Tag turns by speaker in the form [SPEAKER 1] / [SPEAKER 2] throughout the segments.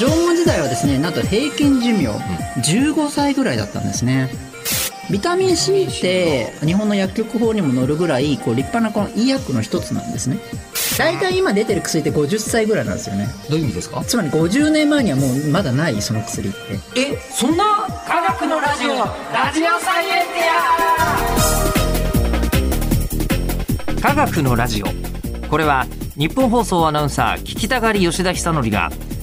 [SPEAKER 1] ですねなんと平均寿命15歳ぐらいだったんですねビタミン C って日本の薬局法にも載るぐらいこう立派なこの医薬の一つなんですね大体今出てる薬って50歳ぐらいなんですよね
[SPEAKER 2] どういう意味ですか
[SPEAKER 1] つまり50年前にはもうまだないその薬って
[SPEAKER 2] えそんな科学のラジオラジオサイエンティア科学のラジオこれは日本放送アナウンサー聞きたがり吉田久典が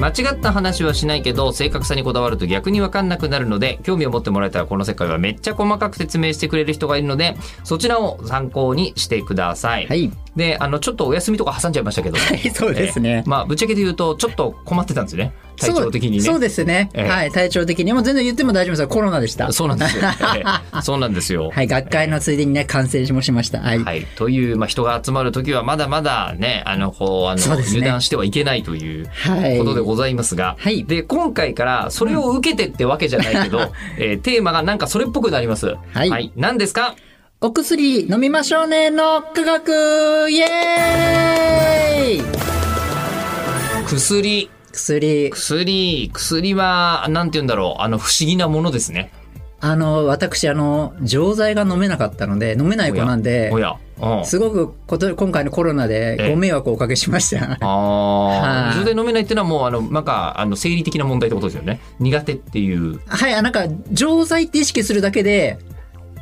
[SPEAKER 2] 間違った話はしないけど正確さにこだわると逆に分かんなくなるので興味を持ってもらえたらこの世界はめっちゃ細かく説明してくれる人がいるのでそちらを参考にしてください。
[SPEAKER 1] はい
[SPEAKER 2] であのちょっとお休みとか挟んじゃいましたけど、
[SPEAKER 1] そうですね
[SPEAKER 2] えーまあぶっちゃけで言うとちょっと困ってたんですよね体調的にね。
[SPEAKER 1] そうそうですね、
[SPEAKER 2] ええ
[SPEAKER 1] はい体調的にもう全然言っても大丈夫ですよコロナでした
[SPEAKER 2] そうなんですよ。えーそうなんですよ。
[SPEAKER 1] はい学会のついでにね感染もしましたはい、
[SPEAKER 2] はい、という、まあ、人が集まる時はまだまだねあのこうあ
[SPEAKER 1] そ
[SPEAKER 2] の、
[SPEAKER 1] うですね
[SPEAKER 2] 油断してはいけないという
[SPEAKER 1] はい
[SPEAKER 2] ことでございますが、
[SPEAKER 1] はい
[SPEAKER 2] で今回からそれを受けてってわけじゃないけど、えーテーマがなんかそれっぽくなります。
[SPEAKER 1] はい
[SPEAKER 2] 何ですか
[SPEAKER 1] お薬飲みましょうねの科学イエーイ
[SPEAKER 2] 薬
[SPEAKER 1] 薬、
[SPEAKER 2] 薬薬はなんて言うんだろうあの不思議なものですね。
[SPEAKER 1] あの、私、あの、錠剤が飲めなかったので、飲めない子なんで
[SPEAKER 2] お、やうん
[SPEAKER 1] すごくこと、今回のコロナ
[SPEAKER 2] ええ
[SPEAKER 1] でご迷惑をおかけしました。 はい
[SPEAKER 2] ああ、それで飲めないっていうのはもうあのなんかあの生理的な問題ってことですよね。苦手っていう。
[SPEAKER 1] はい、あなんか、錠剤って意識するだけで、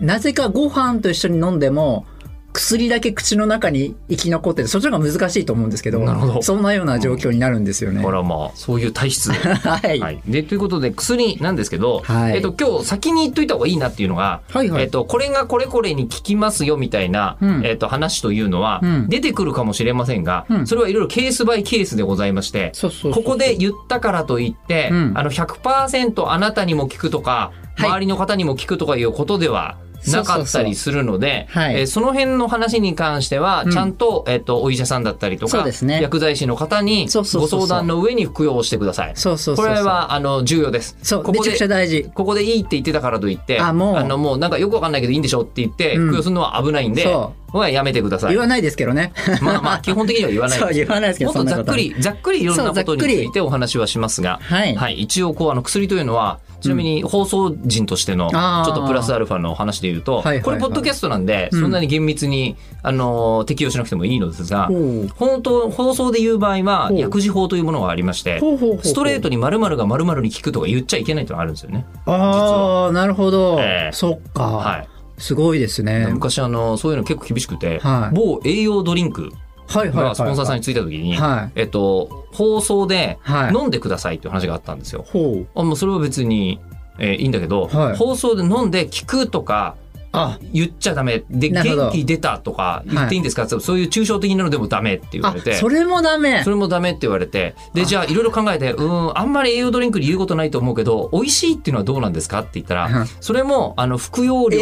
[SPEAKER 1] なぜかご飯と一緒に飲んでも、薬だけ口の中に生き残ってる。そっちの方が難しいと思うんですけど、
[SPEAKER 2] なるほど
[SPEAKER 1] そんなような状況になるんですよね。
[SPEAKER 2] ほらまあそういう体 質。
[SPEAKER 1] はい。
[SPEAKER 2] はい、でということで薬なんですけど、
[SPEAKER 1] はい
[SPEAKER 2] えっと、今日先に言っといた方がいいなっていうのが、
[SPEAKER 1] はいはい
[SPEAKER 2] えっと、これがこれこれに効きますよみたいな、
[SPEAKER 1] うん
[SPEAKER 2] えっと、話というのは、
[SPEAKER 1] うん
[SPEAKER 2] 出てくるかもしれませんが、
[SPEAKER 1] うん
[SPEAKER 2] それはいろいろケースバイケースでございまして。
[SPEAKER 1] そうそうそ
[SPEAKER 2] こ
[SPEAKER 1] う
[SPEAKER 2] こで言ったからといって、
[SPEAKER 1] うん
[SPEAKER 2] あの100%あなたにも効くとか、
[SPEAKER 1] はい
[SPEAKER 2] 周りの方にも効くとかいうことではなか
[SPEAKER 1] そう
[SPEAKER 2] っ
[SPEAKER 1] そ
[SPEAKER 2] た
[SPEAKER 1] うそ
[SPEAKER 2] り
[SPEAKER 1] う
[SPEAKER 2] するので、
[SPEAKER 1] はい
[SPEAKER 2] えーその辺の話に関しては、
[SPEAKER 1] ん
[SPEAKER 2] ちゃんと、えっと、お医者さんだったりと
[SPEAKER 1] そ
[SPEAKER 2] か、
[SPEAKER 1] うですね
[SPEAKER 2] 薬剤師の方に
[SPEAKER 1] そ
[SPEAKER 2] ご
[SPEAKER 1] うそうそうそう
[SPEAKER 2] 相談の上に服用をしてください。
[SPEAKER 1] そうそうそうそ
[SPEAKER 2] こ
[SPEAKER 1] う
[SPEAKER 2] れはあの重要です。
[SPEAKER 1] そう、
[SPEAKER 2] こ
[SPEAKER 1] め
[SPEAKER 2] こ
[SPEAKER 1] ちゃくちゃ
[SPEAKER 2] で
[SPEAKER 1] 大事。
[SPEAKER 2] ここでいいって言ってたからといって、
[SPEAKER 1] あもう
[SPEAKER 2] のもうなんかよくわかんないけどいいんでしょって言って
[SPEAKER 1] うん
[SPEAKER 2] 服用するのは危ないんで、
[SPEAKER 1] そ
[SPEAKER 2] はやめてください
[SPEAKER 1] 言。わないですけどね。
[SPEAKER 2] まあまあ基本的には言わな い
[SPEAKER 1] そう、言わないですけど、
[SPEAKER 2] もっと
[SPEAKER 1] そんな
[SPEAKER 2] ざっ
[SPEAKER 1] ことは。
[SPEAKER 2] くりざっくりいろんなことについてお話はしますが、
[SPEAKER 1] はい。
[SPEAKER 2] 一応こうあの薬というのはちなみに放送人としてのちょ
[SPEAKER 1] あ
[SPEAKER 2] っ
[SPEAKER 1] ー
[SPEAKER 2] とプラスアルファの話で言うと、
[SPEAKER 1] いはいはい
[SPEAKER 2] これポッドキャストなんでそんなに厳密に、あの適用しなくてもいいのですが、
[SPEAKER 1] ほう
[SPEAKER 2] 本当放送で言う場合は
[SPEAKER 1] ほう
[SPEAKER 2] 薬事法というものがありまして
[SPEAKER 1] ほうほうほうほう
[SPEAKER 2] ストレートに〇〇が〇〇に効くとか言っちゃいけないというのがあるんですよね。
[SPEAKER 1] ああ、なるほど。
[SPEAKER 2] ええ
[SPEAKER 1] そっか、
[SPEAKER 2] はい
[SPEAKER 1] すごいですね。
[SPEAKER 2] 昔あのそういうの結構厳しくて、
[SPEAKER 1] はい
[SPEAKER 2] 某栄養ドリンク
[SPEAKER 1] はいはいはい、は
[SPEAKER 2] が
[SPEAKER 1] い。
[SPEAKER 2] スポンサーさんについた時に、
[SPEAKER 1] はい
[SPEAKER 2] えっと、放送で
[SPEAKER 1] はい
[SPEAKER 2] 飲んでくださいっていう話があったんですよ。
[SPEAKER 1] ほう。
[SPEAKER 2] あもうそれは別に、えーいいんだけど、
[SPEAKER 1] はい
[SPEAKER 2] 放送で飲んで効くとか
[SPEAKER 1] あ、
[SPEAKER 2] 言っちゃダメで
[SPEAKER 1] なるほど
[SPEAKER 2] 元気出たとか言っていいんですか、ってそういう抽象的なのでもダメって言わ
[SPEAKER 1] あ
[SPEAKER 2] れて、
[SPEAKER 1] それもダメ
[SPEAKER 2] そ。れもダメって言われてでじゃあいろいろ考えてうーんあんまり栄養ドリンクに言うことないと思うけど美味しいっていうのはどうなんですかって言った
[SPEAKER 1] う
[SPEAKER 2] ら
[SPEAKER 1] ん
[SPEAKER 2] それもあの服用 量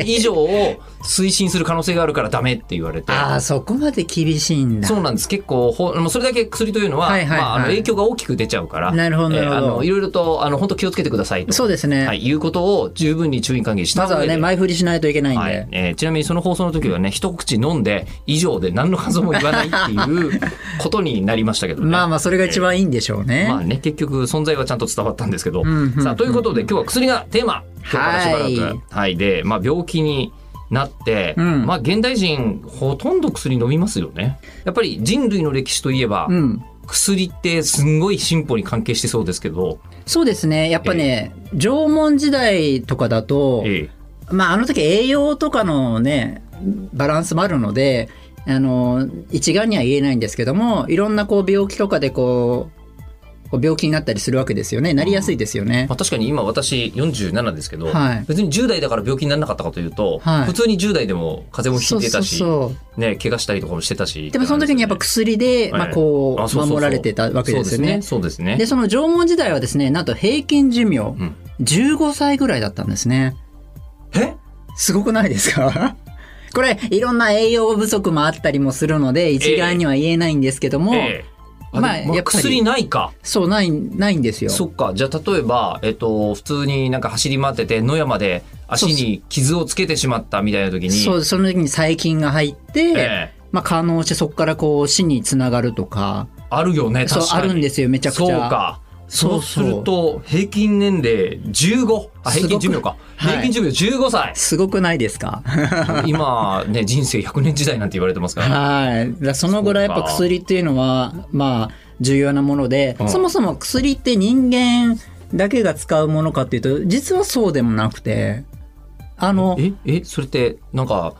[SPEAKER 2] 以上を推進する可能性があるからダメって言われて。
[SPEAKER 1] ああ、そこまで厳しいんだ。
[SPEAKER 2] そうなんです結構ほもうそれだけ薬というのは
[SPEAKER 1] はいはいはい
[SPEAKER 2] まああの影響が大きく出ちゃうから
[SPEAKER 1] なるほどなるほど
[SPEAKER 2] あのいろいろとあの本当気をつけてくださいと
[SPEAKER 1] そうですね。
[SPEAKER 2] はい、いうことを十分に注意喚起した
[SPEAKER 1] まず
[SPEAKER 2] 上
[SPEAKER 1] は
[SPEAKER 2] で
[SPEAKER 1] ね、前振りしないといけないんで。
[SPEAKER 2] はいえーちなみにその放送の時はね一口飲んで以上で何の感想も言わないっていうことになりましたけど ね。
[SPEAKER 1] まあまあ、それが一番いいんでしょうね。
[SPEAKER 2] まあね、結局存在はちゃんと伝わったんですけど。
[SPEAKER 1] んうんうん
[SPEAKER 2] さあ、ということで今日は薬がテーマ。今日からしばらく。は
[SPEAKER 1] はいい。
[SPEAKER 2] で、まあ病気になって、
[SPEAKER 1] うん
[SPEAKER 2] まあ現代人ほとんど薬飲みますよね。やっぱり人類の歴史といえば、
[SPEAKER 1] うん。
[SPEAKER 2] 薬ってすんごい進歩に関係してそうですけど、
[SPEAKER 1] そうですね。やっぱね、縄文時代とかだと、
[SPEAKER 2] ええ
[SPEAKER 1] まあ、あの時栄養とかのね、バランスもあるので、あの、一概には言えないんですけども、いろんなこう病気とかでこう、こう病気になったりするわけですよね。なりやすいですよね
[SPEAKER 2] ま。あ、確かに今私47ですけど、
[SPEAKER 1] はい
[SPEAKER 2] 別に10代だから病気にならなかったかというと、
[SPEAKER 1] はい
[SPEAKER 2] 普通に10代でも風邪もひいてたし、
[SPEAKER 1] そうそうそ
[SPEAKER 2] ね、怪我したりとかもしてたし。
[SPEAKER 1] う。でもその時にやっぱ薬で、まあこ
[SPEAKER 2] あ
[SPEAKER 1] う、
[SPEAKER 2] そうそうそう
[SPEAKER 1] 守られてたわけですよね。
[SPEAKER 2] そうですね。そうで
[SPEAKER 1] で、
[SPEAKER 2] すね
[SPEAKER 1] その縄文時代はですね、なんと平均寿命
[SPEAKER 2] ん、
[SPEAKER 1] 15歳ぐらいだったんですね。
[SPEAKER 2] え
[SPEAKER 1] すごくないですか これ、いろんな栄養不足もあったりもするので、一概には言えないんですけども、
[SPEAKER 2] ええあ
[SPEAKER 1] まあ
[SPEAKER 2] でも
[SPEAKER 1] やっぱり
[SPEAKER 2] 薬ないか
[SPEAKER 1] そう、ない、ないんですよ。
[SPEAKER 2] そっかじゃあ例えば、えっと、普通になんか走り回ってて野山で足に傷をつけてしまったみたいな時に
[SPEAKER 1] そう、その時に細菌が入って、
[SPEAKER 2] え
[SPEAKER 1] まあ、可能してそこからこう死につながるとか、
[SPEAKER 2] えあるよね
[SPEAKER 1] そう
[SPEAKER 2] 確、か
[SPEAKER 1] あ
[SPEAKER 2] に
[SPEAKER 1] るんですよ、めちゃくちゃ。
[SPEAKER 2] そうか
[SPEAKER 1] そ
[SPEAKER 2] そうう
[SPEAKER 1] そ
[SPEAKER 2] す
[SPEAKER 1] う
[SPEAKER 2] ると平均年齢15あ平均寿命か
[SPEAKER 1] すごく
[SPEAKER 2] 平均寿命15歳、
[SPEAKER 1] すごくないですか
[SPEAKER 2] 今ね人生100年時代なんて言われてますから
[SPEAKER 1] はい。だからそのぐらいやっぱ薬っていうのは、まあ、重要なもので、
[SPEAKER 2] うん
[SPEAKER 1] そもそも薬って人間だけが使うものかっていうと、実はそうでもなくて、あの、
[SPEAKER 2] ええそれってなんか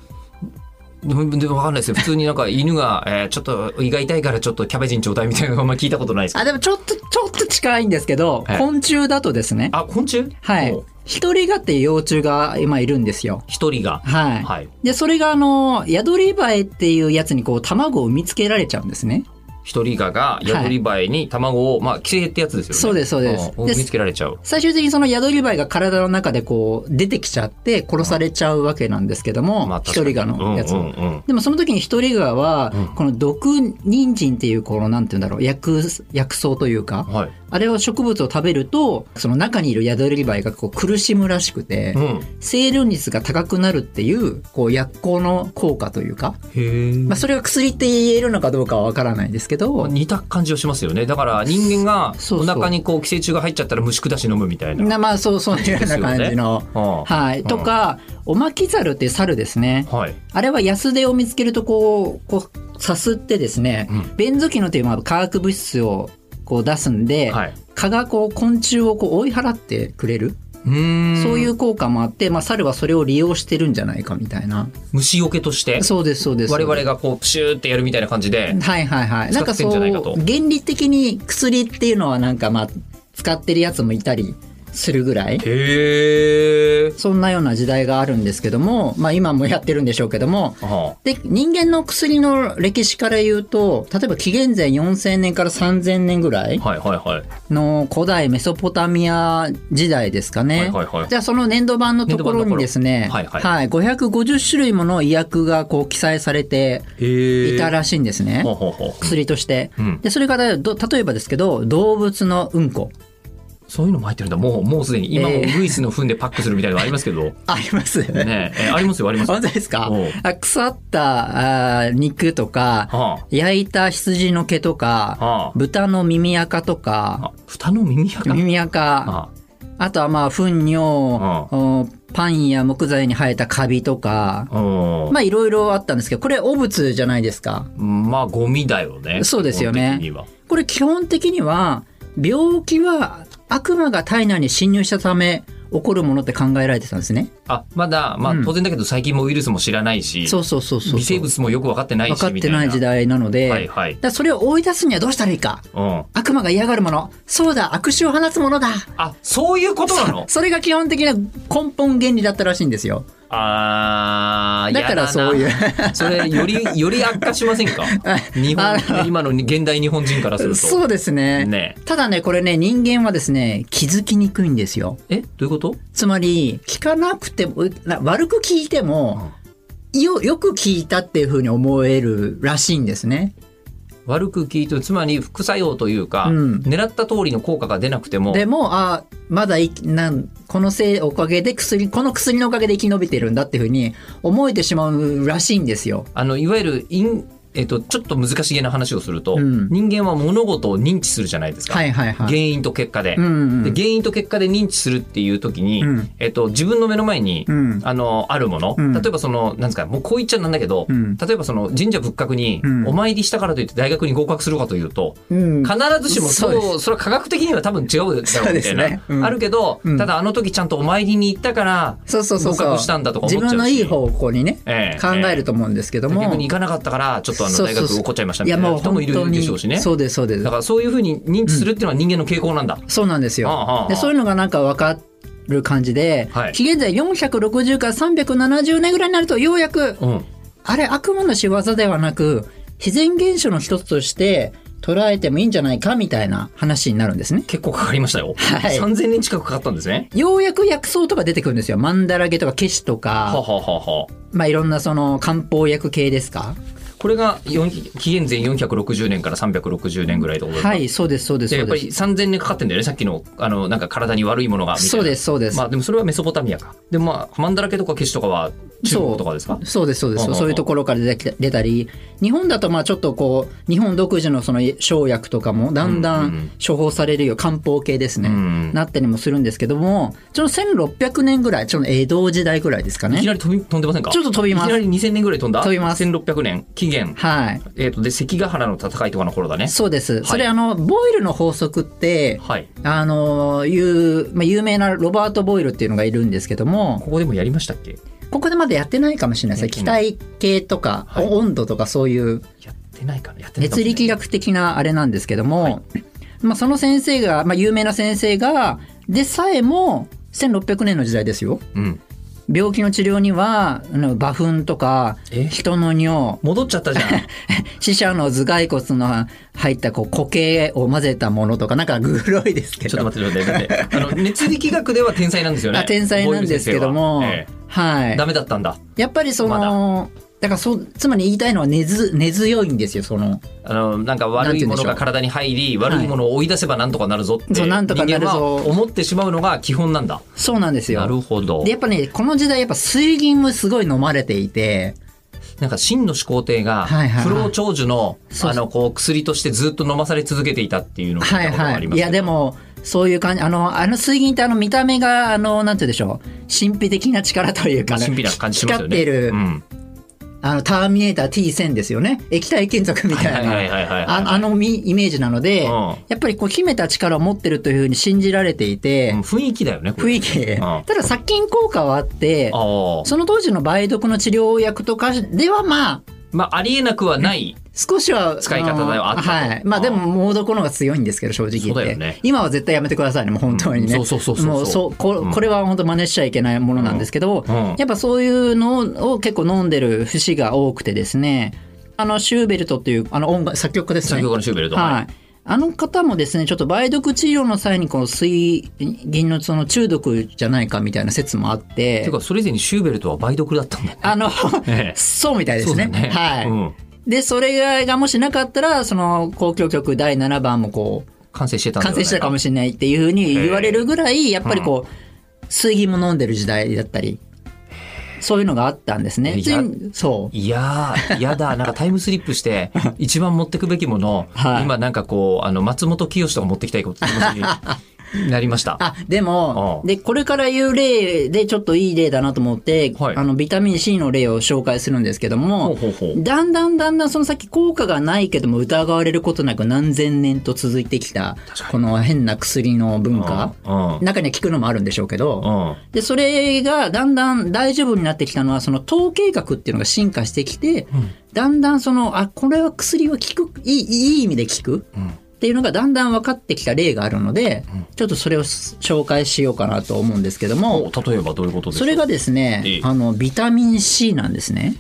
[SPEAKER 2] でもでもわかんないですよ普通になんか犬が、えーちょっと胃が痛いからちょっとキャベジンちょうだいみたいなのあんま聞いたことないですけど
[SPEAKER 1] あ、でもちょっと、ちょっと近いんですけど、
[SPEAKER 2] ええ
[SPEAKER 1] 昆虫だとですね、
[SPEAKER 2] あ昆虫
[SPEAKER 1] はい
[SPEAKER 2] お。
[SPEAKER 1] 一人がっていう幼虫が今いるんですよ。
[SPEAKER 2] 一人が
[SPEAKER 1] はい。
[SPEAKER 2] はい
[SPEAKER 1] で、それがあの、ヤドリバエっていうやつにこう、卵を産みつけられちゃうんですね。
[SPEAKER 2] 一人ががヤドリバエに卵を、まあ寄生ってやつですよね
[SPEAKER 1] そうですそうです
[SPEAKER 2] ん
[SPEAKER 1] で
[SPEAKER 2] 見つけられちゃう
[SPEAKER 1] 最終的にそのヤドリバエが体の中でこう、出てきちゃって殺されちゃうわけなんですけど
[SPEAKER 2] まあ
[SPEAKER 1] も、一、
[SPEAKER 2] 確かに
[SPEAKER 1] 人がのやつを。
[SPEAKER 2] うんうんうん
[SPEAKER 1] でもその時に一人がは、
[SPEAKER 2] うん
[SPEAKER 1] この毒人参っていうこの、なんて言うんだろう、薬、薬草というか、
[SPEAKER 2] はい
[SPEAKER 1] あれを植物を食べると、その中にいるヤドリバエがこう苦しむらしくて、
[SPEAKER 2] うん
[SPEAKER 1] 生存率が高くなるっていう、こう薬効の効果というか、
[SPEAKER 2] へえ
[SPEAKER 1] まあそれが薬って言えるのかどうかはわからないですけど、
[SPEAKER 2] 似た感じをしますよねだから人間が
[SPEAKER 1] そう
[SPEAKER 2] お
[SPEAKER 1] そう
[SPEAKER 2] 腹にこう寄生虫が入っちゃったら虫下し飲むみたいな
[SPEAKER 1] なまあそう、そういうような感じの。
[SPEAKER 2] は
[SPEAKER 1] はい。とか、おまきザルっていう猿ですね。
[SPEAKER 2] はい
[SPEAKER 1] あれは安手を見つけるとこう、こう、さすってですね、
[SPEAKER 2] うん
[SPEAKER 1] ベンゾキノというまあ化学物質をこう出すんで、
[SPEAKER 2] はい
[SPEAKER 1] 蚊がこう昆虫をこう追い払ってくれる、
[SPEAKER 2] うーん
[SPEAKER 1] そういう効果もあって、まあ猿はそれを利用してるんじゃないかみたいな。
[SPEAKER 2] 虫除けとして
[SPEAKER 1] そうです、そうです。
[SPEAKER 2] 我々がこうプシューってやるみたいな感じで
[SPEAKER 1] はいはいはい。なんか
[SPEAKER 2] 使
[SPEAKER 1] そ
[SPEAKER 2] っ
[SPEAKER 1] う、
[SPEAKER 2] てんじゃないか
[SPEAKER 1] 原
[SPEAKER 2] と
[SPEAKER 1] 理的に薬っていうのはなんかまあ、使ってるやつもいたりするぐらい。
[SPEAKER 2] へえ
[SPEAKER 1] そんなような時代があるんですけども、まあ今もやってるんでしょうけども、
[SPEAKER 2] は
[SPEAKER 1] で、人間の薬の歴史から言うと、例えば紀元前4000年から3000年ぐらい
[SPEAKER 2] あはいはいはい
[SPEAKER 1] の古代メソポタミア時代ですかね。
[SPEAKER 2] はいはいはい
[SPEAKER 1] じゃあその年度版のところにですね、
[SPEAKER 2] 年度版のところ
[SPEAKER 1] はい、550種類もの医薬がこう記載されて
[SPEAKER 2] へえ
[SPEAKER 1] いたらしいんですね。
[SPEAKER 2] ほうほうほう
[SPEAKER 1] 薬として。
[SPEAKER 2] うん
[SPEAKER 1] で、それからど、例えばですけど、動物のうんこ。
[SPEAKER 2] そういうのも入ってるんだもうもうすでに今も
[SPEAKER 1] えー
[SPEAKER 2] ウグイスの糞でパックするみたいなのあります けど
[SPEAKER 1] あります
[SPEAKER 2] ねええありますよありますよ
[SPEAKER 1] 本当ですか
[SPEAKER 2] おう
[SPEAKER 1] あ腐ったあー肉とか、
[SPEAKER 2] は
[SPEAKER 1] 焼いた羊の毛と
[SPEAKER 2] あは
[SPEAKER 1] か、豚の耳垢と
[SPEAKER 2] あ
[SPEAKER 1] か、
[SPEAKER 2] あ蓋の耳やか
[SPEAKER 1] 耳垢、
[SPEAKER 2] あ
[SPEAKER 1] あとはまあ、糞尿、うんパンや木材に生えたカビとか、
[SPEAKER 2] うん
[SPEAKER 1] まあいろいろあったんですけど、これ汚物じゃないですか。
[SPEAKER 2] まあゴミだよね
[SPEAKER 1] そうですよね
[SPEAKER 2] 基本的には
[SPEAKER 1] これ基本的には、病気は悪魔が体内に侵入したため起こるものって考えられてたんですね。
[SPEAKER 2] あまだ、まあ
[SPEAKER 1] うん
[SPEAKER 2] 当然だけど最近もウイルスも知らないし、
[SPEAKER 1] そうそうそうそう。
[SPEAKER 2] 微生物もよく分かってないし
[SPEAKER 1] 分かっ
[SPEAKER 2] み
[SPEAKER 1] て
[SPEAKER 2] たい
[SPEAKER 1] な
[SPEAKER 2] ない
[SPEAKER 1] 時代なので、
[SPEAKER 2] はいはい
[SPEAKER 1] だ、からそれを追い出すにはどうしたらいいか。
[SPEAKER 2] うん、
[SPEAKER 1] 悪魔が嫌がるもの。そうだ、悪臭を放つものだ。
[SPEAKER 2] あそういうことなの
[SPEAKER 1] それが基本的な根本原理だったらしいんですよ。
[SPEAKER 2] あー
[SPEAKER 1] だからそう いう
[SPEAKER 2] やだなそれよりより悪化しませ んか日
[SPEAKER 1] あ
[SPEAKER 2] 本今の現代日本人からすると
[SPEAKER 1] そうですね。
[SPEAKER 2] ね
[SPEAKER 1] ただね、これね、人間はですね、気づきにくいんですよ。
[SPEAKER 2] えどういうこと
[SPEAKER 1] つまり、聞かなくても、な悪く聞いても、よ、よく聞いたっていうふうに思えるらしいんですね。
[SPEAKER 2] 悪く聞いてつまり副作用というか、
[SPEAKER 1] うん
[SPEAKER 2] 狙った通りの効果が出なくても
[SPEAKER 1] でも、あまだいなん、このせい、おかげで薬、この薬のおかげで生き延びてるんだっていうふうに思えてしまうらしいんですよ。
[SPEAKER 2] あのいわゆるインえっと、ちょっと難しげな話をすると、
[SPEAKER 1] うん
[SPEAKER 2] 人間は物事を認知するじゃないですか、
[SPEAKER 1] はいはいは
[SPEAKER 2] 原
[SPEAKER 1] い。
[SPEAKER 2] 因と結果で,、
[SPEAKER 1] うんうん
[SPEAKER 2] で原因と結果で認知するっていう時に、
[SPEAKER 1] うん
[SPEAKER 2] えっと、自分の目の前に、
[SPEAKER 1] うん
[SPEAKER 2] あのあるもの、
[SPEAKER 1] うん
[SPEAKER 2] 例えばそのなんですかもうこう言っちゃなんだけど、
[SPEAKER 1] うん
[SPEAKER 2] 例えばその神社仏閣に
[SPEAKER 1] うん
[SPEAKER 2] お参りしたからといって大学に合格するかというと、
[SPEAKER 1] うん
[SPEAKER 2] 必ずしも
[SPEAKER 1] そ
[SPEAKER 2] そうう
[SPEAKER 1] です
[SPEAKER 2] それは科学的には多分違うだろ
[SPEAKER 1] そう
[SPEAKER 2] う
[SPEAKER 1] で
[SPEAKER 2] みた
[SPEAKER 1] す
[SPEAKER 2] いな、
[SPEAKER 1] ねうん
[SPEAKER 2] あるけど、
[SPEAKER 1] うん
[SPEAKER 2] ただあの時ちゃんとお参りに行ったから
[SPEAKER 1] そうそうそう
[SPEAKER 2] 合
[SPEAKER 1] そう。
[SPEAKER 2] 格したんだとか思
[SPEAKER 1] 自
[SPEAKER 2] っちゃうし
[SPEAKER 1] 分のいい方向にね、
[SPEAKER 2] ええ
[SPEAKER 1] 考えると思うんですけども。
[SPEAKER 2] 逆に行かなかったからちょっとあの
[SPEAKER 1] そうそ
[SPEAKER 2] 大
[SPEAKER 1] う
[SPEAKER 2] 学
[SPEAKER 1] そう
[SPEAKER 2] 落っこっちゃいましたみたいな人もいるでしょうし
[SPEAKER 1] い
[SPEAKER 2] ね
[SPEAKER 1] やもう本当にそうです、そうです
[SPEAKER 2] だ。からそういうふうに認知するっていうのは人間の傾向なんだ。
[SPEAKER 1] そうなんです
[SPEAKER 2] あ
[SPEAKER 1] よ。
[SPEAKER 2] あああ
[SPEAKER 1] で、そういうのがなんか分かる感じで、
[SPEAKER 2] はい
[SPEAKER 1] 紀元前460から370年ぐらいになると、ようやく、
[SPEAKER 2] うん
[SPEAKER 1] あれ、悪魔の仕業ではなく、自然現象の一つとして、捉えてもいいんじゃないかみたいな話になるんですね。
[SPEAKER 2] 結構かかりましたよ。
[SPEAKER 1] はい
[SPEAKER 2] 3000人近くかかったんですね。
[SPEAKER 1] ようやく薬草とか出てくるんですよ。マンダラゲとかケシと
[SPEAKER 2] はあ
[SPEAKER 1] か、
[SPEAKER 2] はあはあはあ
[SPEAKER 1] まあいろんなその漢方薬系ですか
[SPEAKER 2] これが四紀元前460年から360年ぐらいってことですか
[SPEAKER 1] はい、そうです、そうです、
[SPEAKER 2] じゃ
[SPEAKER 1] そう
[SPEAKER 2] あやっぱ
[SPEAKER 1] で
[SPEAKER 2] り
[SPEAKER 1] す。
[SPEAKER 2] 3000年かかってんだよねさっきのあのなんか体に悪いものがみたいな
[SPEAKER 1] そうです、そうです。
[SPEAKER 2] まあでもそれはメソポタミアかでもまあマンダラケとかケシとかは中国とかですか
[SPEAKER 1] そうです、そうで
[SPEAKER 2] うんうんう
[SPEAKER 1] す。
[SPEAKER 2] ん
[SPEAKER 1] そういうところから出てきた出たり、日本だとまあちょっとこう、日本独自のその生薬とかもだんだ
[SPEAKER 2] うんうん
[SPEAKER 1] ん処方されるよ、漢方系ですね。
[SPEAKER 2] うん
[SPEAKER 1] なったりもするんですけども、ちょうど1600年ぐらい、ちょうど江戸時代ぐらいですか
[SPEAKER 2] いき
[SPEAKER 1] ね。
[SPEAKER 2] なり飛び飛んでませんか
[SPEAKER 1] ちょっと飛びます
[SPEAKER 2] いきなり2000年ぐらい飛んだ
[SPEAKER 1] 飛びます
[SPEAKER 2] 1600年紀元
[SPEAKER 1] はい。
[SPEAKER 2] えっ、とで関ヶ原の戦いとかの頃だね
[SPEAKER 1] そうです。
[SPEAKER 2] い
[SPEAKER 1] それあの、ボイルの法則って、
[SPEAKER 2] はい
[SPEAKER 1] あの、いう、まあ、有名なロバート・ボイルっていうのがいるんですけども、
[SPEAKER 2] ここでもやりましたっけ
[SPEAKER 1] ここでまだやってないかもしれないですね。気体系とか、
[SPEAKER 2] はい
[SPEAKER 1] 温度とかそういう
[SPEAKER 2] やってないかなやってない
[SPEAKER 1] 熱
[SPEAKER 2] かもしれない
[SPEAKER 1] 力学的なあれなんですけども、まあ、その先生が、まあ、有名な先生がでさえも1600年の時代ですよ
[SPEAKER 2] うん
[SPEAKER 1] 病気の治療にはあの馬糞とか
[SPEAKER 2] え
[SPEAKER 1] 人の尿
[SPEAKER 2] 戻っちゃったじゃ ん
[SPEAKER 1] 死者の頭蓋骨の入ったこう固形を混ぜたものとかなんかグロいですけ
[SPEAKER 2] ちょ
[SPEAKER 1] ど
[SPEAKER 2] っと待ってちょっと待って待ってあの熱力学では天才なんですよね
[SPEAKER 1] あ天才なんですけども、
[SPEAKER 2] ボイル先生は
[SPEAKER 1] は
[SPEAKER 2] ええ
[SPEAKER 1] い
[SPEAKER 2] ダメだったんだ
[SPEAKER 1] やっぱりそ
[SPEAKER 2] ま
[SPEAKER 1] のだからそうつまり言いたいのは根ず根強いんですよその
[SPEAKER 2] あのなんか悪いものが体に入り
[SPEAKER 1] う
[SPEAKER 2] 悪いものを追い出せばなんとかなるぞって
[SPEAKER 1] そうなんとかなるぞ
[SPEAKER 2] 人間は思ってしまうのが基本なんだ
[SPEAKER 1] そうなんですよ
[SPEAKER 2] なるほど
[SPEAKER 1] でやっぱねこの時代やっぱ水銀もすごい飲まれていて
[SPEAKER 2] なんか真の始皇帝
[SPEAKER 1] はい
[SPEAKER 2] が
[SPEAKER 1] はいはい
[SPEAKER 2] 不老長寿の
[SPEAKER 1] そう
[SPEAKER 2] あのこう薬としてずっと飲まされ続けていたっていうのを聞い
[SPEAKER 1] はい
[SPEAKER 2] たことが
[SPEAKER 1] は
[SPEAKER 2] あ
[SPEAKER 1] い
[SPEAKER 2] ります
[SPEAKER 1] いやでもそういう感じあのあの水銀ってあの見た目があのなんて言うでしょう神秘的な力という
[SPEAKER 2] ま
[SPEAKER 1] か、
[SPEAKER 2] あ
[SPEAKER 1] ね、
[SPEAKER 2] 神秘な感じしますよね
[SPEAKER 1] 光ってる、
[SPEAKER 2] うん
[SPEAKER 1] あのターミネーター T1000 ですよね液体金属みたい
[SPEAKER 2] はいはいはいはいはい
[SPEAKER 1] なああのみイメージなので、
[SPEAKER 2] うん
[SPEAKER 1] やっぱりこう秘めた力を持ってるというふうに信じられていて、
[SPEAKER 2] うん雰囲気だよねこ
[SPEAKER 1] 雰
[SPEAKER 2] れ
[SPEAKER 1] 囲気、
[SPEAKER 2] ん
[SPEAKER 1] ただ殺菌効果はあって
[SPEAKER 2] ああ
[SPEAKER 1] その当時の梅毒の治療薬とかではまあ
[SPEAKER 2] まあありえなくはない
[SPEAKER 1] 少しは
[SPEAKER 2] 使い方だよ
[SPEAKER 1] あの
[SPEAKER 2] あったと
[SPEAKER 1] はいまあでも猛毒の方が強いんですけど正直言って
[SPEAKER 2] そうだよね
[SPEAKER 1] 今は絶対やめてくださいねもう本当にね、
[SPEAKER 2] うんそうそうそうそうそう
[SPEAKER 1] もうそうこ
[SPEAKER 2] うん
[SPEAKER 1] これは本当真似しちゃいけないものなんですけど、
[SPEAKER 2] うんうん
[SPEAKER 1] やっぱそういうのを結構飲んでる節が多くてですねあのシューベルトっていうあの音楽作曲家ですね
[SPEAKER 2] 先ほどのシューベルト
[SPEAKER 1] はい
[SPEAKER 2] は
[SPEAKER 1] あの方もですね、ちょっと梅毒治療の際に、この水銀のその中毒じゃないかみたいな説もあって、
[SPEAKER 2] いてかそれ以前にシューベルトは梅毒だった んだよ
[SPEAKER 1] あの、
[SPEAKER 2] ええ
[SPEAKER 1] そうみたいです
[SPEAKER 2] そうだ
[SPEAKER 1] ね。
[SPEAKER 2] ね
[SPEAKER 1] はい。
[SPEAKER 2] うん
[SPEAKER 1] で、それがもしなかったら、その、交響曲第7番もこう、
[SPEAKER 2] 完成してたんだ
[SPEAKER 1] 完成
[SPEAKER 2] よね
[SPEAKER 1] してたかもしれないっていうふうに言われるぐらい、やっぱりこう、水銀も飲んでる時代だったり、そういうのがあったんですね。
[SPEAKER 2] いや
[SPEAKER 1] そう。
[SPEAKER 2] いやー、やだ、なんかタイムスリップして、一番持ってくべきもの、
[SPEAKER 1] はい
[SPEAKER 2] 今なんかこう、あの、松本清とか持ってきたいこと気持ち になりました。
[SPEAKER 1] あ、でも
[SPEAKER 2] う、ん
[SPEAKER 1] で、これから言う例でちょっといい例だなと思って、
[SPEAKER 2] はい
[SPEAKER 1] あの、ビタミン C の例を紹介するんですけど
[SPEAKER 2] ほう
[SPEAKER 1] も、
[SPEAKER 2] ほうほう。
[SPEAKER 1] だんだんだんだんその先効果がないけども疑われることなく何千年と続いてきた
[SPEAKER 2] 確か、に
[SPEAKER 1] この変な薬の文化、
[SPEAKER 2] うん。うん。
[SPEAKER 1] 中には効くのもあるんでしょうけど、
[SPEAKER 2] うん
[SPEAKER 1] で、それがだんだん大丈夫になってきたのは、その統計学っていうのが進化してきて、だんだんその、あ、これは薬は効く、いい、いい意味で効く
[SPEAKER 2] うん
[SPEAKER 1] っていうのがだんだん分かってきた例があるので、ちょっとそれを紹介しようかなと思うんですけども、
[SPEAKER 2] お例えばどういうことですか
[SPEAKER 1] それがです
[SPEAKER 2] ええ
[SPEAKER 1] ね、あの、ビタミン C なんですね。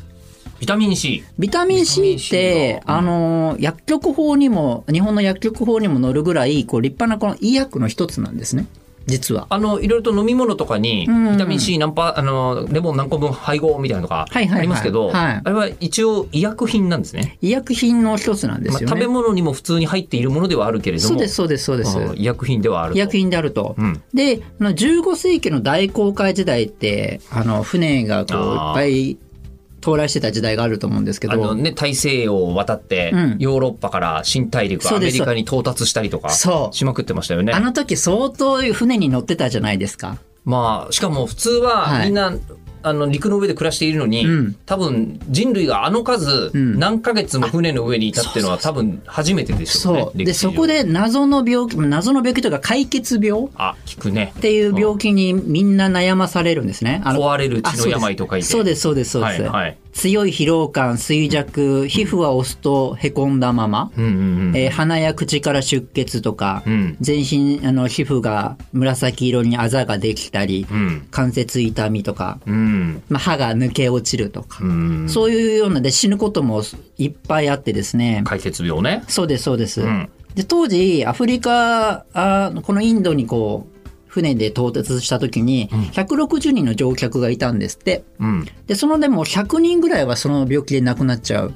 [SPEAKER 2] ビタミン C。
[SPEAKER 1] ビタミン C っ
[SPEAKER 2] ビ
[SPEAKER 1] て、
[SPEAKER 2] タミン C は
[SPEAKER 1] あの、薬局法にも、日本の薬局法にも載るぐらい、こう、立派なこの医薬の一つなんですね、実は。
[SPEAKER 2] あの、いろいろと飲み物とかに、
[SPEAKER 1] うん
[SPEAKER 2] ビタミン C 何パー、あの、レモン何個分配合みたいなのがあ
[SPEAKER 1] はいはいはい
[SPEAKER 2] りますけど、
[SPEAKER 1] はい
[SPEAKER 2] あれは一応医薬品なんですね。
[SPEAKER 1] 医薬品の一つなんです
[SPEAKER 2] まあ、
[SPEAKER 1] よね。
[SPEAKER 2] 食べ物にも普通に入っているものではあるけれども、
[SPEAKER 1] そうです、そうです、そうです。
[SPEAKER 2] うん医薬品ではあると。
[SPEAKER 1] 医薬品であると。
[SPEAKER 2] うん
[SPEAKER 1] で、あの15世紀の大航海時代って、あの、船がこう、いっ
[SPEAKER 2] あ
[SPEAKER 1] ぱ
[SPEAKER 2] ー
[SPEAKER 1] い到来してた時代があると思うんですけ
[SPEAKER 2] あの
[SPEAKER 1] ど、
[SPEAKER 2] ね、大西洋を渡って、
[SPEAKER 1] うん
[SPEAKER 2] ヨーロッパから新大陸、
[SPEAKER 1] そ
[SPEAKER 2] ア
[SPEAKER 1] う
[SPEAKER 2] メ
[SPEAKER 1] です
[SPEAKER 2] リカに到達したりとか、
[SPEAKER 1] そう
[SPEAKER 2] しまくってましたよね
[SPEAKER 1] あ。の時相当船に乗ってたじゃないですか。
[SPEAKER 2] まあ、しかも普通は
[SPEAKER 1] はい
[SPEAKER 2] みんな、あの陸の上で暮らしているのに、
[SPEAKER 1] うん
[SPEAKER 2] 多分人類があの数、
[SPEAKER 1] ん
[SPEAKER 2] 何ヶ月も船の上にいたっていうのは多分初めてでしょうね
[SPEAKER 1] そう。。
[SPEAKER 2] 歴
[SPEAKER 1] で、
[SPEAKER 2] 史上
[SPEAKER 1] そこ。で謎の病気、謎の病気というか解決病っ
[SPEAKER 2] あ、聞くね。
[SPEAKER 1] ていう病気にみんな悩まされるんですね。あの
[SPEAKER 2] 壊れる血
[SPEAKER 1] あ
[SPEAKER 2] の
[SPEAKER 1] そうです
[SPEAKER 2] 病とかいて。
[SPEAKER 1] そうです、そうです、そうです。
[SPEAKER 2] はいはい
[SPEAKER 1] 強い疲労感、衰弱、皮膚は押すと凹んだまま、
[SPEAKER 2] うんうん
[SPEAKER 1] えー鼻や口から出血とか、
[SPEAKER 2] うん
[SPEAKER 1] 全身あの皮膚が紫色にあざができたり、
[SPEAKER 2] うん
[SPEAKER 1] 関節痛みとか、
[SPEAKER 2] うんうん
[SPEAKER 1] まあ、歯が抜け落ちるとか、
[SPEAKER 2] うん
[SPEAKER 1] そういうようなで死ぬこともいっぱいあってですね。
[SPEAKER 2] 解決病ね
[SPEAKER 1] そうです、そうです。
[SPEAKER 2] うん
[SPEAKER 1] で、当時、アフリカ、あこのインドにこう、船で到達した時に、160人の乗客がいたんですって。
[SPEAKER 2] うん
[SPEAKER 1] で、そのでも100人ぐらいはその病気で亡くなっちゃう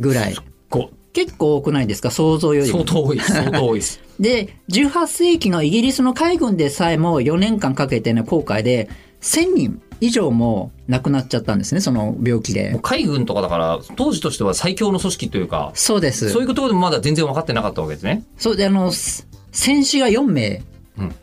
[SPEAKER 1] ぐらい。
[SPEAKER 2] こ
[SPEAKER 1] 結構多くないですか想像より
[SPEAKER 2] 相
[SPEAKER 1] も。
[SPEAKER 2] 当多いです相当多いです
[SPEAKER 1] で、18世紀のイギリスの海軍でさえも4年間かけての航海で、1000人以上も亡くなっちゃったんですね、その病気
[SPEAKER 2] も
[SPEAKER 1] で
[SPEAKER 2] う。海軍とかだから当時としては最強の組織というか
[SPEAKER 1] そうです。
[SPEAKER 2] そういうところでもまだ全然分かってなかったわけですね
[SPEAKER 1] そうで、あの、す戦死が4名
[SPEAKER 2] うん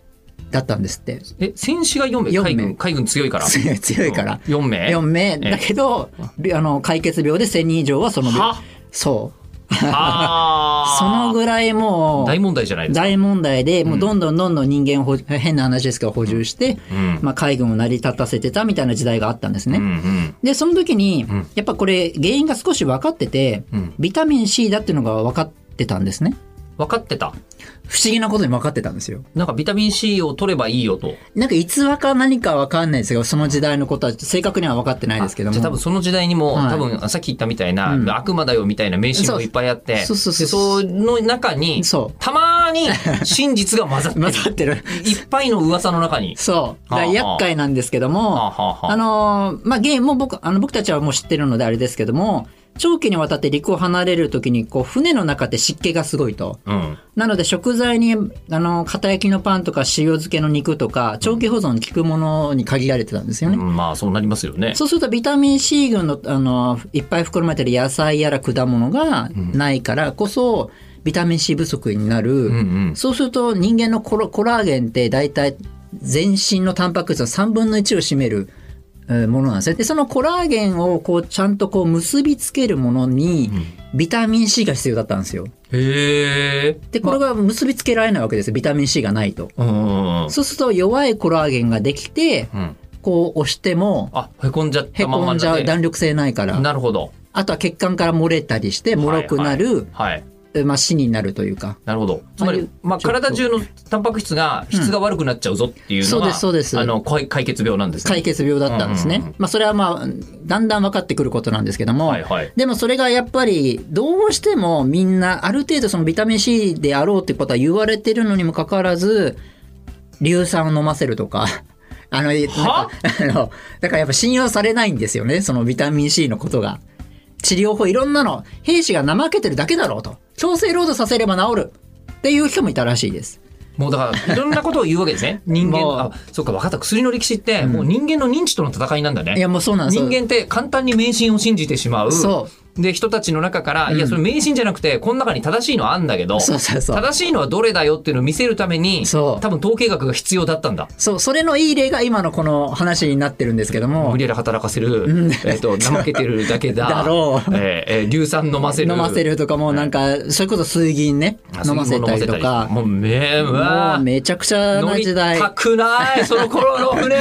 [SPEAKER 1] だったんですって。
[SPEAKER 2] え戦死が4名
[SPEAKER 1] 四名
[SPEAKER 2] 海軍海軍強いから
[SPEAKER 1] 強い強いから。
[SPEAKER 2] 4名
[SPEAKER 1] 4名。
[SPEAKER 2] え
[SPEAKER 1] だけど、びあの、解決病で1000人以上はその病、
[SPEAKER 2] は
[SPEAKER 1] そう。
[SPEAKER 2] あ
[SPEAKER 1] そのぐらいも
[SPEAKER 2] 大
[SPEAKER 1] う、
[SPEAKER 2] 問題じゃないですか
[SPEAKER 1] 大問題で、もうどんどんどんどん人間を補、 変な話ですけど補充して、
[SPEAKER 2] うん
[SPEAKER 1] まあ海軍を成り立たせてたみたいな時代があったんですね。
[SPEAKER 2] うんうん
[SPEAKER 1] で、その時に
[SPEAKER 2] ん、
[SPEAKER 1] やっぱこれ原因が少し分かってて、
[SPEAKER 2] うん
[SPEAKER 1] ビタミン C だっていうのが分かってたんですね。
[SPEAKER 2] 分かってた
[SPEAKER 1] 不思議なことに分かってたんですよ。
[SPEAKER 2] なんかビタミン C を取ればいいよと
[SPEAKER 1] なんか逸話か何か分かんないですけど、その時代のことは正確には分かってないですけども。
[SPEAKER 2] じゃあ多分その時代にも、
[SPEAKER 1] はい
[SPEAKER 2] 多分さっき言ったみたいな、
[SPEAKER 1] うん
[SPEAKER 2] 悪魔だよみたいな迷信
[SPEAKER 1] そ
[SPEAKER 2] も
[SPEAKER 1] う
[SPEAKER 2] いっぱいあって
[SPEAKER 1] そうそうそうそう
[SPEAKER 2] でその中に
[SPEAKER 1] そう
[SPEAKER 2] たまに真実が混ざってる
[SPEAKER 1] 混ざってる。
[SPEAKER 2] いっぱいの噂の中に。
[SPEAKER 1] そう。だから
[SPEAKER 2] はあはあ
[SPEAKER 1] 厄介なんですけども、
[SPEAKER 2] はあ
[SPEAKER 1] あ
[SPEAKER 2] はあはあ
[SPEAKER 1] のーまあ、ゲームも僕、あの、僕たちはもう知ってるのであれですけども、長期にわたって陸を離れるときに、こう、船の中って湿気がすごいと。
[SPEAKER 2] うん。
[SPEAKER 1] なので食材に、あの、片焼きのパンとか塩漬けの肉とか、長期保存効くものに限られてたんですよね。
[SPEAKER 2] うんまあそうなりますよね。
[SPEAKER 1] そうするとビタミン C 群の、あの、いっぱい含まれてる野菜やら果物がないからこそ、ビタミン C 不足になる。
[SPEAKER 2] うんうん。
[SPEAKER 1] そうすると人間のコラコラーゲンって大体全身のタンパク質の3分の1を占めるえーものなんですね。で、そのコラーゲンをこうちゃんとこう結びつけるものにビタミン C が必要だったんですよ。
[SPEAKER 2] へえ。
[SPEAKER 1] で、これが結びつけられないわけですよ。ビタミン C がないと。
[SPEAKER 2] うんうんうん。
[SPEAKER 1] そうすると弱いコラーゲンができて、
[SPEAKER 2] うん。
[SPEAKER 1] こう押しても、
[SPEAKER 2] あ、へこんじゃった
[SPEAKER 1] へ
[SPEAKER 2] まんま
[SPEAKER 1] こんじゃう
[SPEAKER 2] だね
[SPEAKER 1] 弾力性ないから。
[SPEAKER 2] なるほど。
[SPEAKER 1] あとは血管から漏れたりして、脆くなる、
[SPEAKER 2] はい。
[SPEAKER 1] えまあ死になるというか。
[SPEAKER 2] なるほど。つま
[SPEAKER 1] ああい
[SPEAKER 2] り
[SPEAKER 1] う、
[SPEAKER 2] まあ、
[SPEAKER 1] ちょっと
[SPEAKER 2] 体中のタンパク質が質が悪くなっちゃうぞっていうのが、
[SPEAKER 1] うんそうですそうです
[SPEAKER 2] あの、解解決病なんですね。
[SPEAKER 1] 解決病だったんですね。
[SPEAKER 2] うんうんうん
[SPEAKER 1] まあそれはまあ、だんだん分かってくることなんですけども、
[SPEAKER 2] はいはい。
[SPEAKER 1] でもそれがやっぱり、どうしてもみんな、ある程度そのビタミン C であろうってことは言われてるのにもかかわらず、硫酸を飲ませるとか、 あの、なんか
[SPEAKER 2] は
[SPEAKER 1] あの、だからやっぱ信用されないんですよね、そのビタミン C のことが。治療法いろんなの、兵士が怠けてるだけだろうと。強制労働させれば治る。っていう人もいたらしいです。
[SPEAKER 2] もうだから、いろんなことを言うわけですね。人間
[SPEAKER 1] もう
[SPEAKER 2] の、あ、そうか、分かった。薬の歴史って、もう人間の認知との戦いなんだね。
[SPEAKER 1] いや、もうそうなんです
[SPEAKER 2] 人間って簡単に迷信を信じてしまう。
[SPEAKER 1] そ
[SPEAKER 2] で、人たちの中から、いや、それ迷信じゃなくて、この中に正しいのはあんだけど、
[SPEAKER 1] そうそうそう
[SPEAKER 2] 正しいのはどれだよっていうのを見せるために、
[SPEAKER 1] そ
[SPEAKER 2] 多
[SPEAKER 1] う
[SPEAKER 2] 分統計学が必要だったんだ。
[SPEAKER 1] そう、それのいい例が今のこの話になってるんですけども
[SPEAKER 2] 無理、やり働かせる、えっ と、怠けてるだけだ。
[SPEAKER 1] だろう
[SPEAKER 2] えーえー硫酸飲ませる。
[SPEAKER 1] 飲ませるとかもうなんか、それこそ水銀ね
[SPEAKER 2] あ。
[SPEAKER 1] 飲ませたりとか。
[SPEAKER 2] もうめ、う
[SPEAKER 1] も
[SPEAKER 2] わ
[SPEAKER 1] うめちゃくちゃ
[SPEAKER 2] 飲
[SPEAKER 1] な
[SPEAKER 2] み
[SPEAKER 1] 時代。
[SPEAKER 2] たくない、その頃の 船。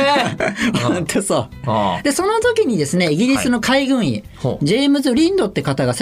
[SPEAKER 1] 本当 そう。
[SPEAKER 2] ああ
[SPEAKER 1] で、その時にですね、イギリスの海軍医、
[SPEAKER 2] ほう
[SPEAKER 1] ジェームズ・リンドって方が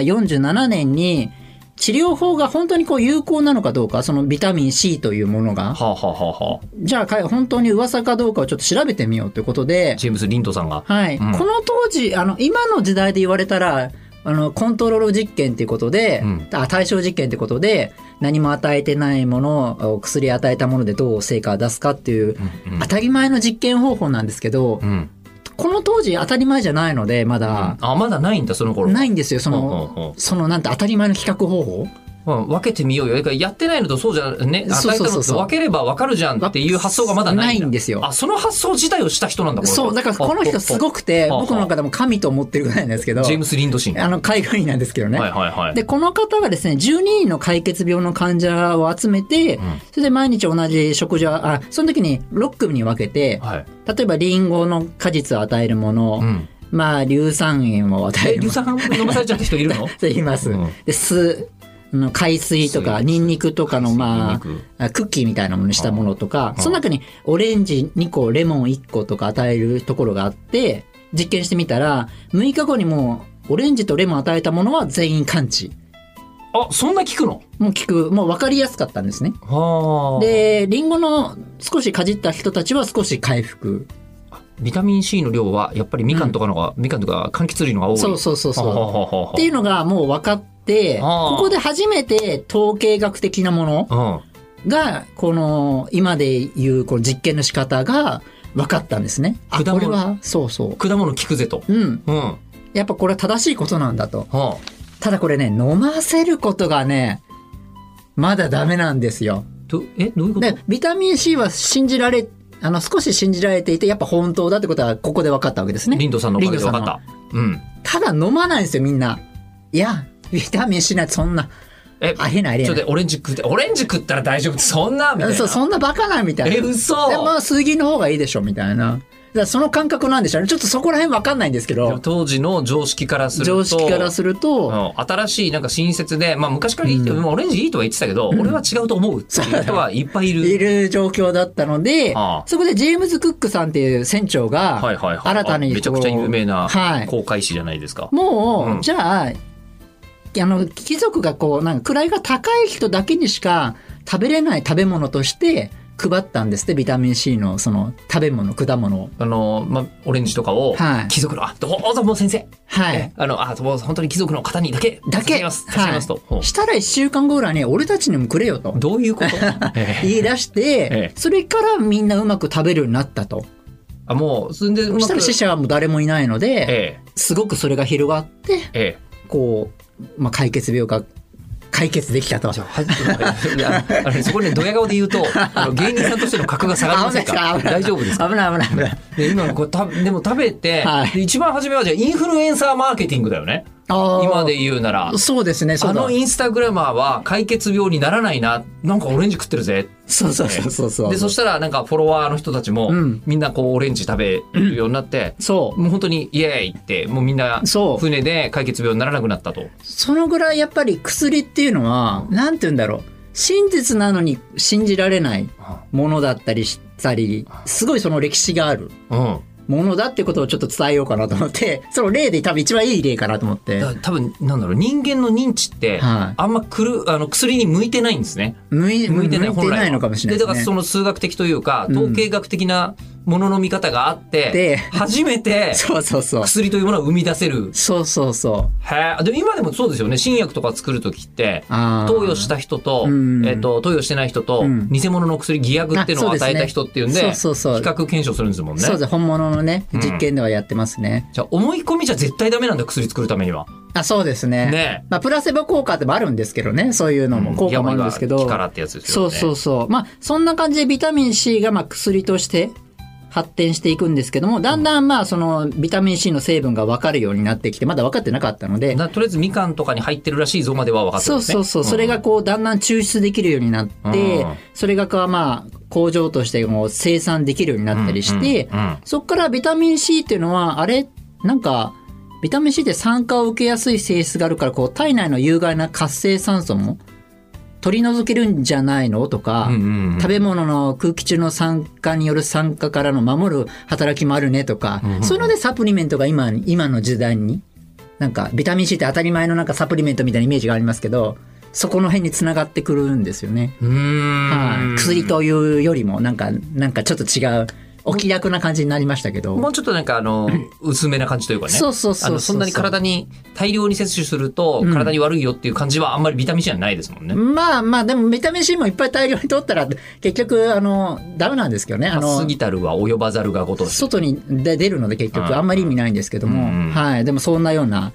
[SPEAKER 1] 1747年に、治療法が本当にこう有効なのかどうか、そのビタミン C というものが、
[SPEAKER 2] はあ、はあはあはあ、
[SPEAKER 1] じゃあか本当に噂かどうかをちょっと調べてみようということで、
[SPEAKER 2] ジェームズ・リントさんが。
[SPEAKER 1] はい。
[SPEAKER 2] うん
[SPEAKER 1] この当時、あの、今の時代で言われたら、あの、コントロール実験っていうことで、
[SPEAKER 2] うん
[SPEAKER 1] あ対象実験ってことで、何も与えてないものを、薬与えたものでどう成果を出すかっていう、
[SPEAKER 2] うんうん
[SPEAKER 1] 当たり前の実験方法なんですけど、
[SPEAKER 2] うん。
[SPEAKER 1] この当時当たり前じゃないので、まだ、
[SPEAKER 2] あ、まだないんだ、その頃。
[SPEAKER 1] ないんですよ、その、
[SPEAKER 2] うんうんうん
[SPEAKER 1] そのなんて当たり前の企画方法
[SPEAKER 2] うん、分けてみようよ。だからやってないのとそうじゃね、
[SPEAKER 1] そう
[SPEAKER 2] 与え
[SPEAKER 1] そ
[SPEAKER 2] た
[SPEAKER 1] うそ
[SPEAKER 2] の
[SPEAKER 1] うそ
[SPEAKER 2] と
[SPEAKER 1] う
[SPEAKER 2] 分ければ分かるじゃんっていう発想がまだないんだ
[SPEAKER 1] ないんですよ
[SPEAKER 2] あ、その発想自体をした人なんだ、この人
[SPEAKER 1] そう、だからこの人すごくて、
[SPEAKER 2] あああ
[SPEAKER 1] 僕の中でも神と思ってるぐらいなんですけど、
[SPEAKER 2] ジェームス・リンドシン。
[SPEAKER 1] あの、海軍医なんですけどね。
[SPEAKER 2] はいはいはい。
[SPEAKER 1] で、この方がですね、12人の解決病の患者を集めて、それで毎日同じ食事は、あ、その時に6組に分けて、
[SPEAKER 2] はい。
[SPEAKER 1] 例えばリンゴの果実を与えるもの、
[SPEAKER 2] うん。
[SPEAKER 1] まあ、硫酸塩を与
[SPEAKER 2] え、
[SPEAKER 1] える
[SPEAKER 2] 硫
[SPEAKER 1] もの
[SPEAKER 2] 酸飲まされちゃった人いるの
[SPEAKER 1] と言います。
[SPEAKER 2] うん
[SPEAKER 1] で、酢、あの海水とか、
[SPEAKER 2] 水
[SPEAKER 1] ニンニクとかの、ま
[SPEAKER 2] ニンニ
[SPEAKER 1] あ、あクッキーみたいなものにしたものとか、その中にオレンジ2個、レモン1個とか与えるところがあって、実験してみたら、6日後にもう、オレンジとレモン与えたものは全員完治。
[SPEAKER 2] あ、そんな効くの
[SPEAKER 1] もう聞く、もう分かりやすかったんですね。
[SPEAKER 2] はあ。
[SPEAKER 1] で、リンゴの少しかじった人たちは少し回復。
[SPEAKER 2] ビタミン C の量は、やっぱりみかんとかのが、みかんとか柑橘類のが多い。
[SPEAKER 1] そうそうそう
[SPEAKER 2] はあは
[SPEAKER 1] そう。
[SPEAKER 2] あはあはあ
[SPEAKER 1] っていうのがもう分かって、
[SPEAKER 2] あ
[SPEAKER 1] こ
[SPEAKER 2] ー
[SPEAKER 1] こで初めて統計学的なもの
[SPEAKER 2] うん。
[SPEAKER 1] が、この、今でいうこの実験の仕方が分かったんですね。あ、
[SPEAKER 2] 果
[SPEAKER 1] こ
[SPEAKER 2] 物
[SPEAKER 1] れは、そうそ
[SPEAKER 2] 果物効くぜと。
[SPEAKER 1] う。うん。
[SPEAKER 2] うん。は
[SPEAKER 1] やっぱこれは正しいことなんだと。
[SPEAKER 2] あ。
[SPEAKER 1] ただこれね、飲ませることがね、まだダメなんですよ。
[SPEAKER 2] どえ、どういうこと
[SPEAKER 1] で、ビタミン C は信じられ、あの、少し信じられていて、やっぱ本当だってことは、ここで分かったわけですね。
[SPEAKER 2] リンドさんのおかげで
[SPEAKER 1] リン
[SPEAKER 2] 分
[SPEAKER 1] ド
[SPEAKER 2] か
[SPEAKER 1] さん
[SPEAKER 2] っ
[SPEAKER 1] の
[SPEAKER 2] た。うん。
[SPEAKER 1] ただ飲まないんですよ、みんな。いや、ビタミン C なんてそんな、
[SPEAKER 2] え、
[SPEAKER 1] ありえない、ありえ
[SPEAKER 2] ちょっ
[SPEAKER 1] な
[SPEAKER 2] とオレンジ食って、オレンジ食ったら大丈夫って、そんなみたい
[SPEAKER 1] い。
[SPEAKER 2] な。
[SPEAKER 1] そう、そんなバカな、みたいな。
[SPEAKER 2] え、嘘
[SPEAKER 1] でまあ、水銀の方がいいでしょ、みたいな。だからその感覚なんでしょうね。ちょっとそこら辺分かんないんですけ
[SPEAKER 2] でも
[SPEAKER 1] ど、
[SPEAKER 2] 当時の常識からすると。
[SPEAKER 1] 常識からする
[SPEAKER 2] う
[SPEAKER 1] と、
[SPEAKER 2] ん新しいなんか新設で、まあ昔からいいって、
[SPEAKER 1] うん
[SPEAKER 2] まあオレンジいいとは言ってたけど、俺は違うと思うっていう人はいっぱいいる。
[SPEAKER 1] いる状況だったので
[SPEAKER 2] ああ、
[SPEAKER 1] そこでジェームズ・クックさんっていう船長が、
[SPEAKER 2] はいはいはい。
[SPEAKER 1] 新たに
[SPEAKER 2] あめちゃくちゃ有名な
[SPEAKER 1] はい
[SPEAKER 2] 航海士じゃないですか。
[SPEAKER 1] もう、
[SPEAKER 2] うん
[SPEAKER 1] じゃあ、あの、貴族がこう、なんか、位が高い人だけにしか食べれない食べ物として配ったんですって、ビタミン C のその食べ物、果物を。
[SPEAKER 2] あの、まあ、オレンジとかを
[SPEAKER 1] はい、
[SPEAKER 2] 貴族の、あ、どうぞもう先生。
[SPEAKER 1] は
[SPEAKER 2] え
[SPEAKER 1] い。
[SPEAKER 2] あの、あ、もう本当に貴族の方にだけ、
[SPEAKER 1] だけ
[SPEAKER 2] 差し上げます。差し上げますと。ほう
[SPEAKER 1] したら一週間後ぐらいに、俺たちにもくれよと。
[SPEAKER 2] どういうことえ え
[SPEAKER 1] 言い出して、
[SPEAKER 2] え
[SPEAKER 1] それからみんなうまく食べるようになったと。
[SPEAKER 2] あ、もう、それでう
[SPEAKER 1] そ
[SPEAKER 2] ま
[SPEAKER 1] した
[SPEAKER 2] く
[SPEAKER 1] ら。死者はもう誰もいないので、
[SPEAKER 2] え
[SPEAKER 1] すごくそれが広がって
[SPEAKER 2] え、、え
[SPEAKER 1] こう、まあ、解決病が解決できたと
[SPEAKER 2] え。。じゃあ、はじいや、あのそこでドヤ顔で言うと、あの芸人さんとしての格が下がりませんか
[SPEAKER 1] 危ない
[SPEAKER 2] 大丈夫ですか
[SPEAKER 1] 危ない危ない危ない。
[SPEAKER 2] で今こうたでも食べて、
[SPEAKER 1] はい
[SPEAKER 2] で一番初めはじゃあインフルエンサーマーケティングだよね
[SPEAKER 1] あー
[SPEAKER 2] 今で言うなら
[SPEAKER 1] そうですね、そ
[SPEAKER 2] あ
[SPEAKER 1] うだ
[SPEAKER 2] のインスタグラマーは解決病にならないななんかオレンジ食ってるぜ
[SPEAKER 1] そうそうそうそうそう。
[SPEAKER 2] でそしたらなんかフォロワーの人たちも、
[SPEAKER 1] うん
[SPEAKER 2] みんなこうオレンジ食べるようになって、
[SPEAKER 1] そ
[SPEAKER 2] もう本当にイエーイってもうみんな
[SPEAKER 1] う。そう。
[SPEAKER 2] 船で解決病にならなくなったと
[SPEAKER 1] そのぐらいやっぱり薬っていうのは、なんて言うんだろう。真実なのに信じられないものだったりしたり、すごいその歴史がある
[SPEAKER 2] うん
[SPEAKER 1] ものだってことをちょっと伝えようかなと思って、その例で多分一番いい例かなと思って
[SPEAKER 2] だ。から多分なんだろう人間の認知って、
[SPEAKER 1] はい
[SPEAKER 2] あんまくるあの薬に向いてないんですね
[SPEAKER 1] 向い
[SPEAKER 2] 向いてない
[SPEAKER 1] 向
[SPEAKER 2] 本来は
[SPEAKER 1] のかもしれない
[SPEAKER 2] で
[SPEAKER 1] です
[SPEAKER 2] だから
[SPEAKER 1] ね。
[SPEAKER 2] その数学的というか
[SPEAKER 1] うん
[SPEAKER 2] 統計学的なものの見方があって、
[SPEAKER 1] で
[SPEAKER 2] 初めて
[SPEAKER 1] そうそうそう。
[SPEAKER 2] 薬というものを生み出せる
[SPEAKER 1] そうそうそう。
[SPEAKER 2] へえでも今でもそうですよね新薬とか作る時って
[SPEAKER 1] あー
[SPEAKER 2] 投与した人と,、
[SPEAKER 1] うん
[SPEAKER 2] えっと投与してない人と、
[SPEAKER 1] うん
[SPEAKER 2] 偽物の薬偽薬っていうのを
[SPEAKER 1] あそうです
[SPEAKER 2] 与
[SPEAKER 1] ね
[SPEAKER 2] えた人っていうんで
[SPEAKER 1] そうそうそう
[SPEAKER 2] 比較検証するんですもんね
[SPEAKER 1] そうです。本物のね、
[SPEAKER 2] うん
[SPEAKER 1] 実験ではやってますね。
[SPEAKER 2] じゃあ思い込みじゃ絶対ダメなんだ薬作るためには
[SPEAKER 1] あ、そうですね。
[SPEAKER 2] ね
[SPEAKER 1] まあ、プラセボ効果でもあるんですけどね、そういうのも効果もあるんですけど。
[SPEAKER 2] 病が気からってやつですよ
[SPEAKER 1] そ
[SPEAKER 2] ね
[SPEAKER 1] うそううそう。まあ、そんな感じでビタミン C がまあ薬として発展していくんですけども、だんだんまあそのビタミン C の成分が分かるようになってきて、まだ分かってなかったので、
[SPEAKER 2] とりあえずみかんとかに入ってるらしいぞまでは分かってる
[SPEAKER 1] そ
[SPEAKER 2] ん
[SPEAKER 1] う
[SPEAKER 2] ですね
[SPEAKER 1] そうそう、それがこうだんだん抽出できるようになって、
[SPEAKER 2] うん
[SPEAKER 1] それがこうまあ工場としてもう生産できるようになったりして、
[SPEAKER 2] うんうんうん
[SPEAKER 1] そこからビタミン C っていうのは、あれなんか、ビタミン C って酸化を受けやすい性質があるから、こう、体内の有害な活性酸素も取り除けるんじゃないのとか、
[SPEAKER 2] うんうんうん
[SPEAKER 1] 食べ物の空気中の酸化による酸化からの守る働きもあるねとか、
[SPEAKER 2] うんうん
[SPEAKER 1] そういうのでサプリメントが今、今の時代に、なんか、ビタミン C って当たり前のなんかサプリメントみたいなイメージがありますけど、そこの辺に繋がってくるんですよね。
[SPEAKER 2] うー
[SPEAKER 1] は
[SPEAKER 2] ん
[SPEAKER 1] い。薬というよりも、なんか、なんかちょっと違う、お気楽な感じになりましたけど。
[SPEAKER 2] もうちょっとなんか あの、薄めな感じというかね。
[SPEAKER 1] そうそうそうそう
[SPEAKER 2] あの、そんなに体に、大量に摂取すると、
[SPEAKER 1] うん
[SPEAKER 2] 体に悪いよっていう感じはあんまりビタミン C はないですもんね。
[SPEAKER 1] まあまあ、でもビタミン C もいっぱい大量に取ったら、結局、あの、ダメなんですけどね。あ
[SPEAKER 2] まあ
[SPEAKER 1] の
[SPEAKER 2] 過、ぎたるは及ばざるがごとし。
[SPEAKER 1] 外に出出るので結
[SPEAKER 2] うん
[SPEAKER 1] 局あんまり意味ないんですけども、
[SPEAKER 2] うん
[SPEAKER 1] はい。でもそんなような、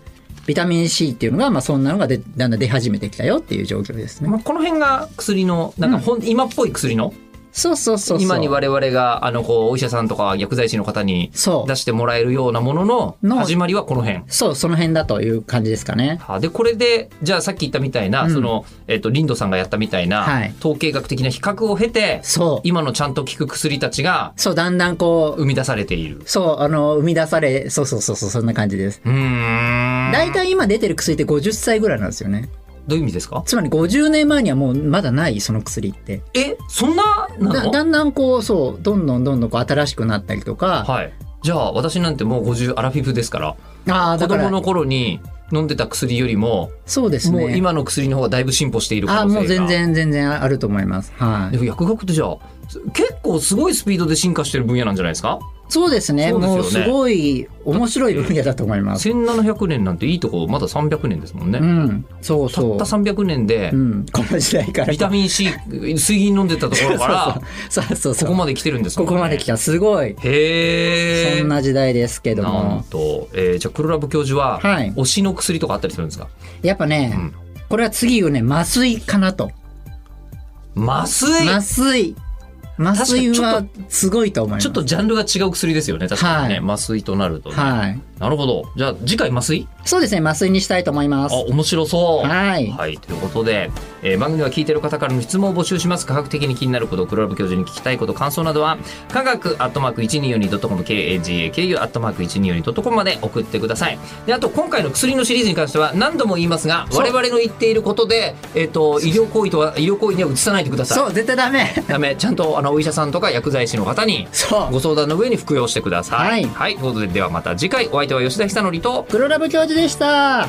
[SPEAKER 1] ビタミン C っていうのが、まあそんなのがでだんだん出始めてきたよっていう状況ですね。
[SPEAKER 2] まあ、この辺が薬の、なんかほん、今っぽい薬の、
[SPEAKER 1] そうそうそうそう。
[SPEAKER 2] 今に我々が、あの、こう、お医者さんとか薬剤師の方に
[SPEAKER 1] そう
[SPEAKER 2] 出してもらえるようなものの
[SPEAKER 1] の
[SPEAKER 2] 始まりはこの辺。
[SPEAKER 1] そう、その辺だという感じですかね。
[SPEAKER 2] はあでこれでじゃあさっき言ったみたいな、
[SPEAKER 1] うん
[SPEAKER 2] その、えっとリンドさんがやったみたいな、
[SPEAKER 1] はい
[SPEAKER 2] 統計学的な比較を経て
[SPEAKER 1] そう。
[SPEAKER 2] 今のちゃんと効く薬たちが
[SPEAKER 1] そう、だんだんこ
[SPEAKER 2] 生み出されている
[SPEAKER 1] う、そう、あの、生み出され、そうそうそうそう、そんな感じです。
[SPEAKER 2] うーん
[SPEAKER 1] 大体今出てる薬って50歳ぐらいなんですよね。
[SPEAKER 2] どういう意味ですか
[SPEAKER 1] つまり50年前にはもうまだない、その薬って。
[SPEAKER 2] えそんなな
[SPEAKER 1] だ
[SPEAKER 2] の
[SPEAKER 1] だんだんこう、そう、どんどんどんどんこう新しくなったりとか、
[SPEAKER 2] はいじゃあ私なんてもう50アラフィフですから
[SPEAKER 1] ああ、
[SPEAKER 2] 子
[SPEAKER 1] だから
[SPEAKER 2] 供の頃に飲んでた薬よりも、
[SPEAKER 1] そうですね。
[SPEAKER 2] もう今の薬の方がだいぶ進歩している可
[SPEAKER 1] あ
[SPEAKER 2] 能性が
[SPEAKER 1] もう全然全然あると思います。はい
[SPEAKER 2] で。も薬学ってじゃあ結構すごいスピードで進化してる分野なんじゃないですか
[SPEAKER 1] そうですね。
[SPEAKER 2] そうですよ
[SPEAKER 1] も
[SPEAKER 2] ね
[SPEAKER 1] うすごい面白い分野だと思います。
[SPEAKER 2] 1700年なんていいとこまだ300年ですもんね、
[SPEAKER 1] うん。そう
[SPEAKER 2] た
[SPEAKER 1] そう。
[SPEAKER 2] った300年で
[SPEAKER 1] うん。この時代から。
[SPEAKER 2] ビタミン C 水銀飲んでたところから
[SPEAKER 1] そうそうそうそう
[SPEAKER 2] こ
[SPEAKER 1] そう。
[SPEAKER 2] こまで来てるんですも
[SPEAKER 1] こ
[SPEAKER 2] んね
[SPEAKER 1] こまで来た。すごい。
[SPEAKER 2] へえ
[SPEAKER 1] そんな時代ですけど
[SPEAKER 2] なん
[SPEAKER 1] も。
[SPEAKER 2] と、えーじゃあ黒ラブ教授は、
[SPEAKER 1] はい
[SPEAKER 2] 推しの薬とかあったりするんですか
[SPEAKER 1] やっぱね、
[SPEAKER 2] うん
[SPEAKER 1] これは次をね、麻酔かなと。
[SPEAKER 2] 麻酔
[SPEAKER 1] 麻酔。麻酔
[SPEAKER 2] 確か
[SPEAKER 1] は
[SPEAKER 2] に
[SPEAKER 1] すごいと思います。
[SPEAKER 2] ちょっとジャンルが違う薬ですよね確かにね、
[SPEAKER 1] は
[SPEAKER 2] 麻酔となると、ね
[SPEAKER 1] はい。
[SPEAKER 2] なるほどじゃあ次回麻酔
[SPEAKER 1] そうですね、麻酔にしたいと思いま
[SPEAKER 2] あ
[SPEAKER 1] す。
[SPEAKER 2] 面白そう
[SPEAKER 1] はい
[SPEAKER 2] ということで、えー番組は聞いてる方からの質問を募集します科学的に気になること黒ラブ教授に聞きたいこと感想などは科学アットマーク 1242.com kagaku アットマーク 1242.com まで送ってくださいであと今回の薬のシリーズに関しては何度も言いますが
[SPEAKER 1] そう
[SPEAKER 2] 我々の言っていることで、えー、と医療行為とは医療行為には移さないでください
[SPEAKER 1] そう、絶対ダメ。
[SPEAKER 2] ダメちゃんとあのお医者さんとか薬剤師の方に
[SPEAKER 1] そう。
[SPEAKER 2] ご相談の上に服用してください。
[SPEAKER 1] はい
[SPEAKER 2] はい、ということでではまた次回お相手は吉田久典と
[SPEAKER 1] 黒ラブ教授でした。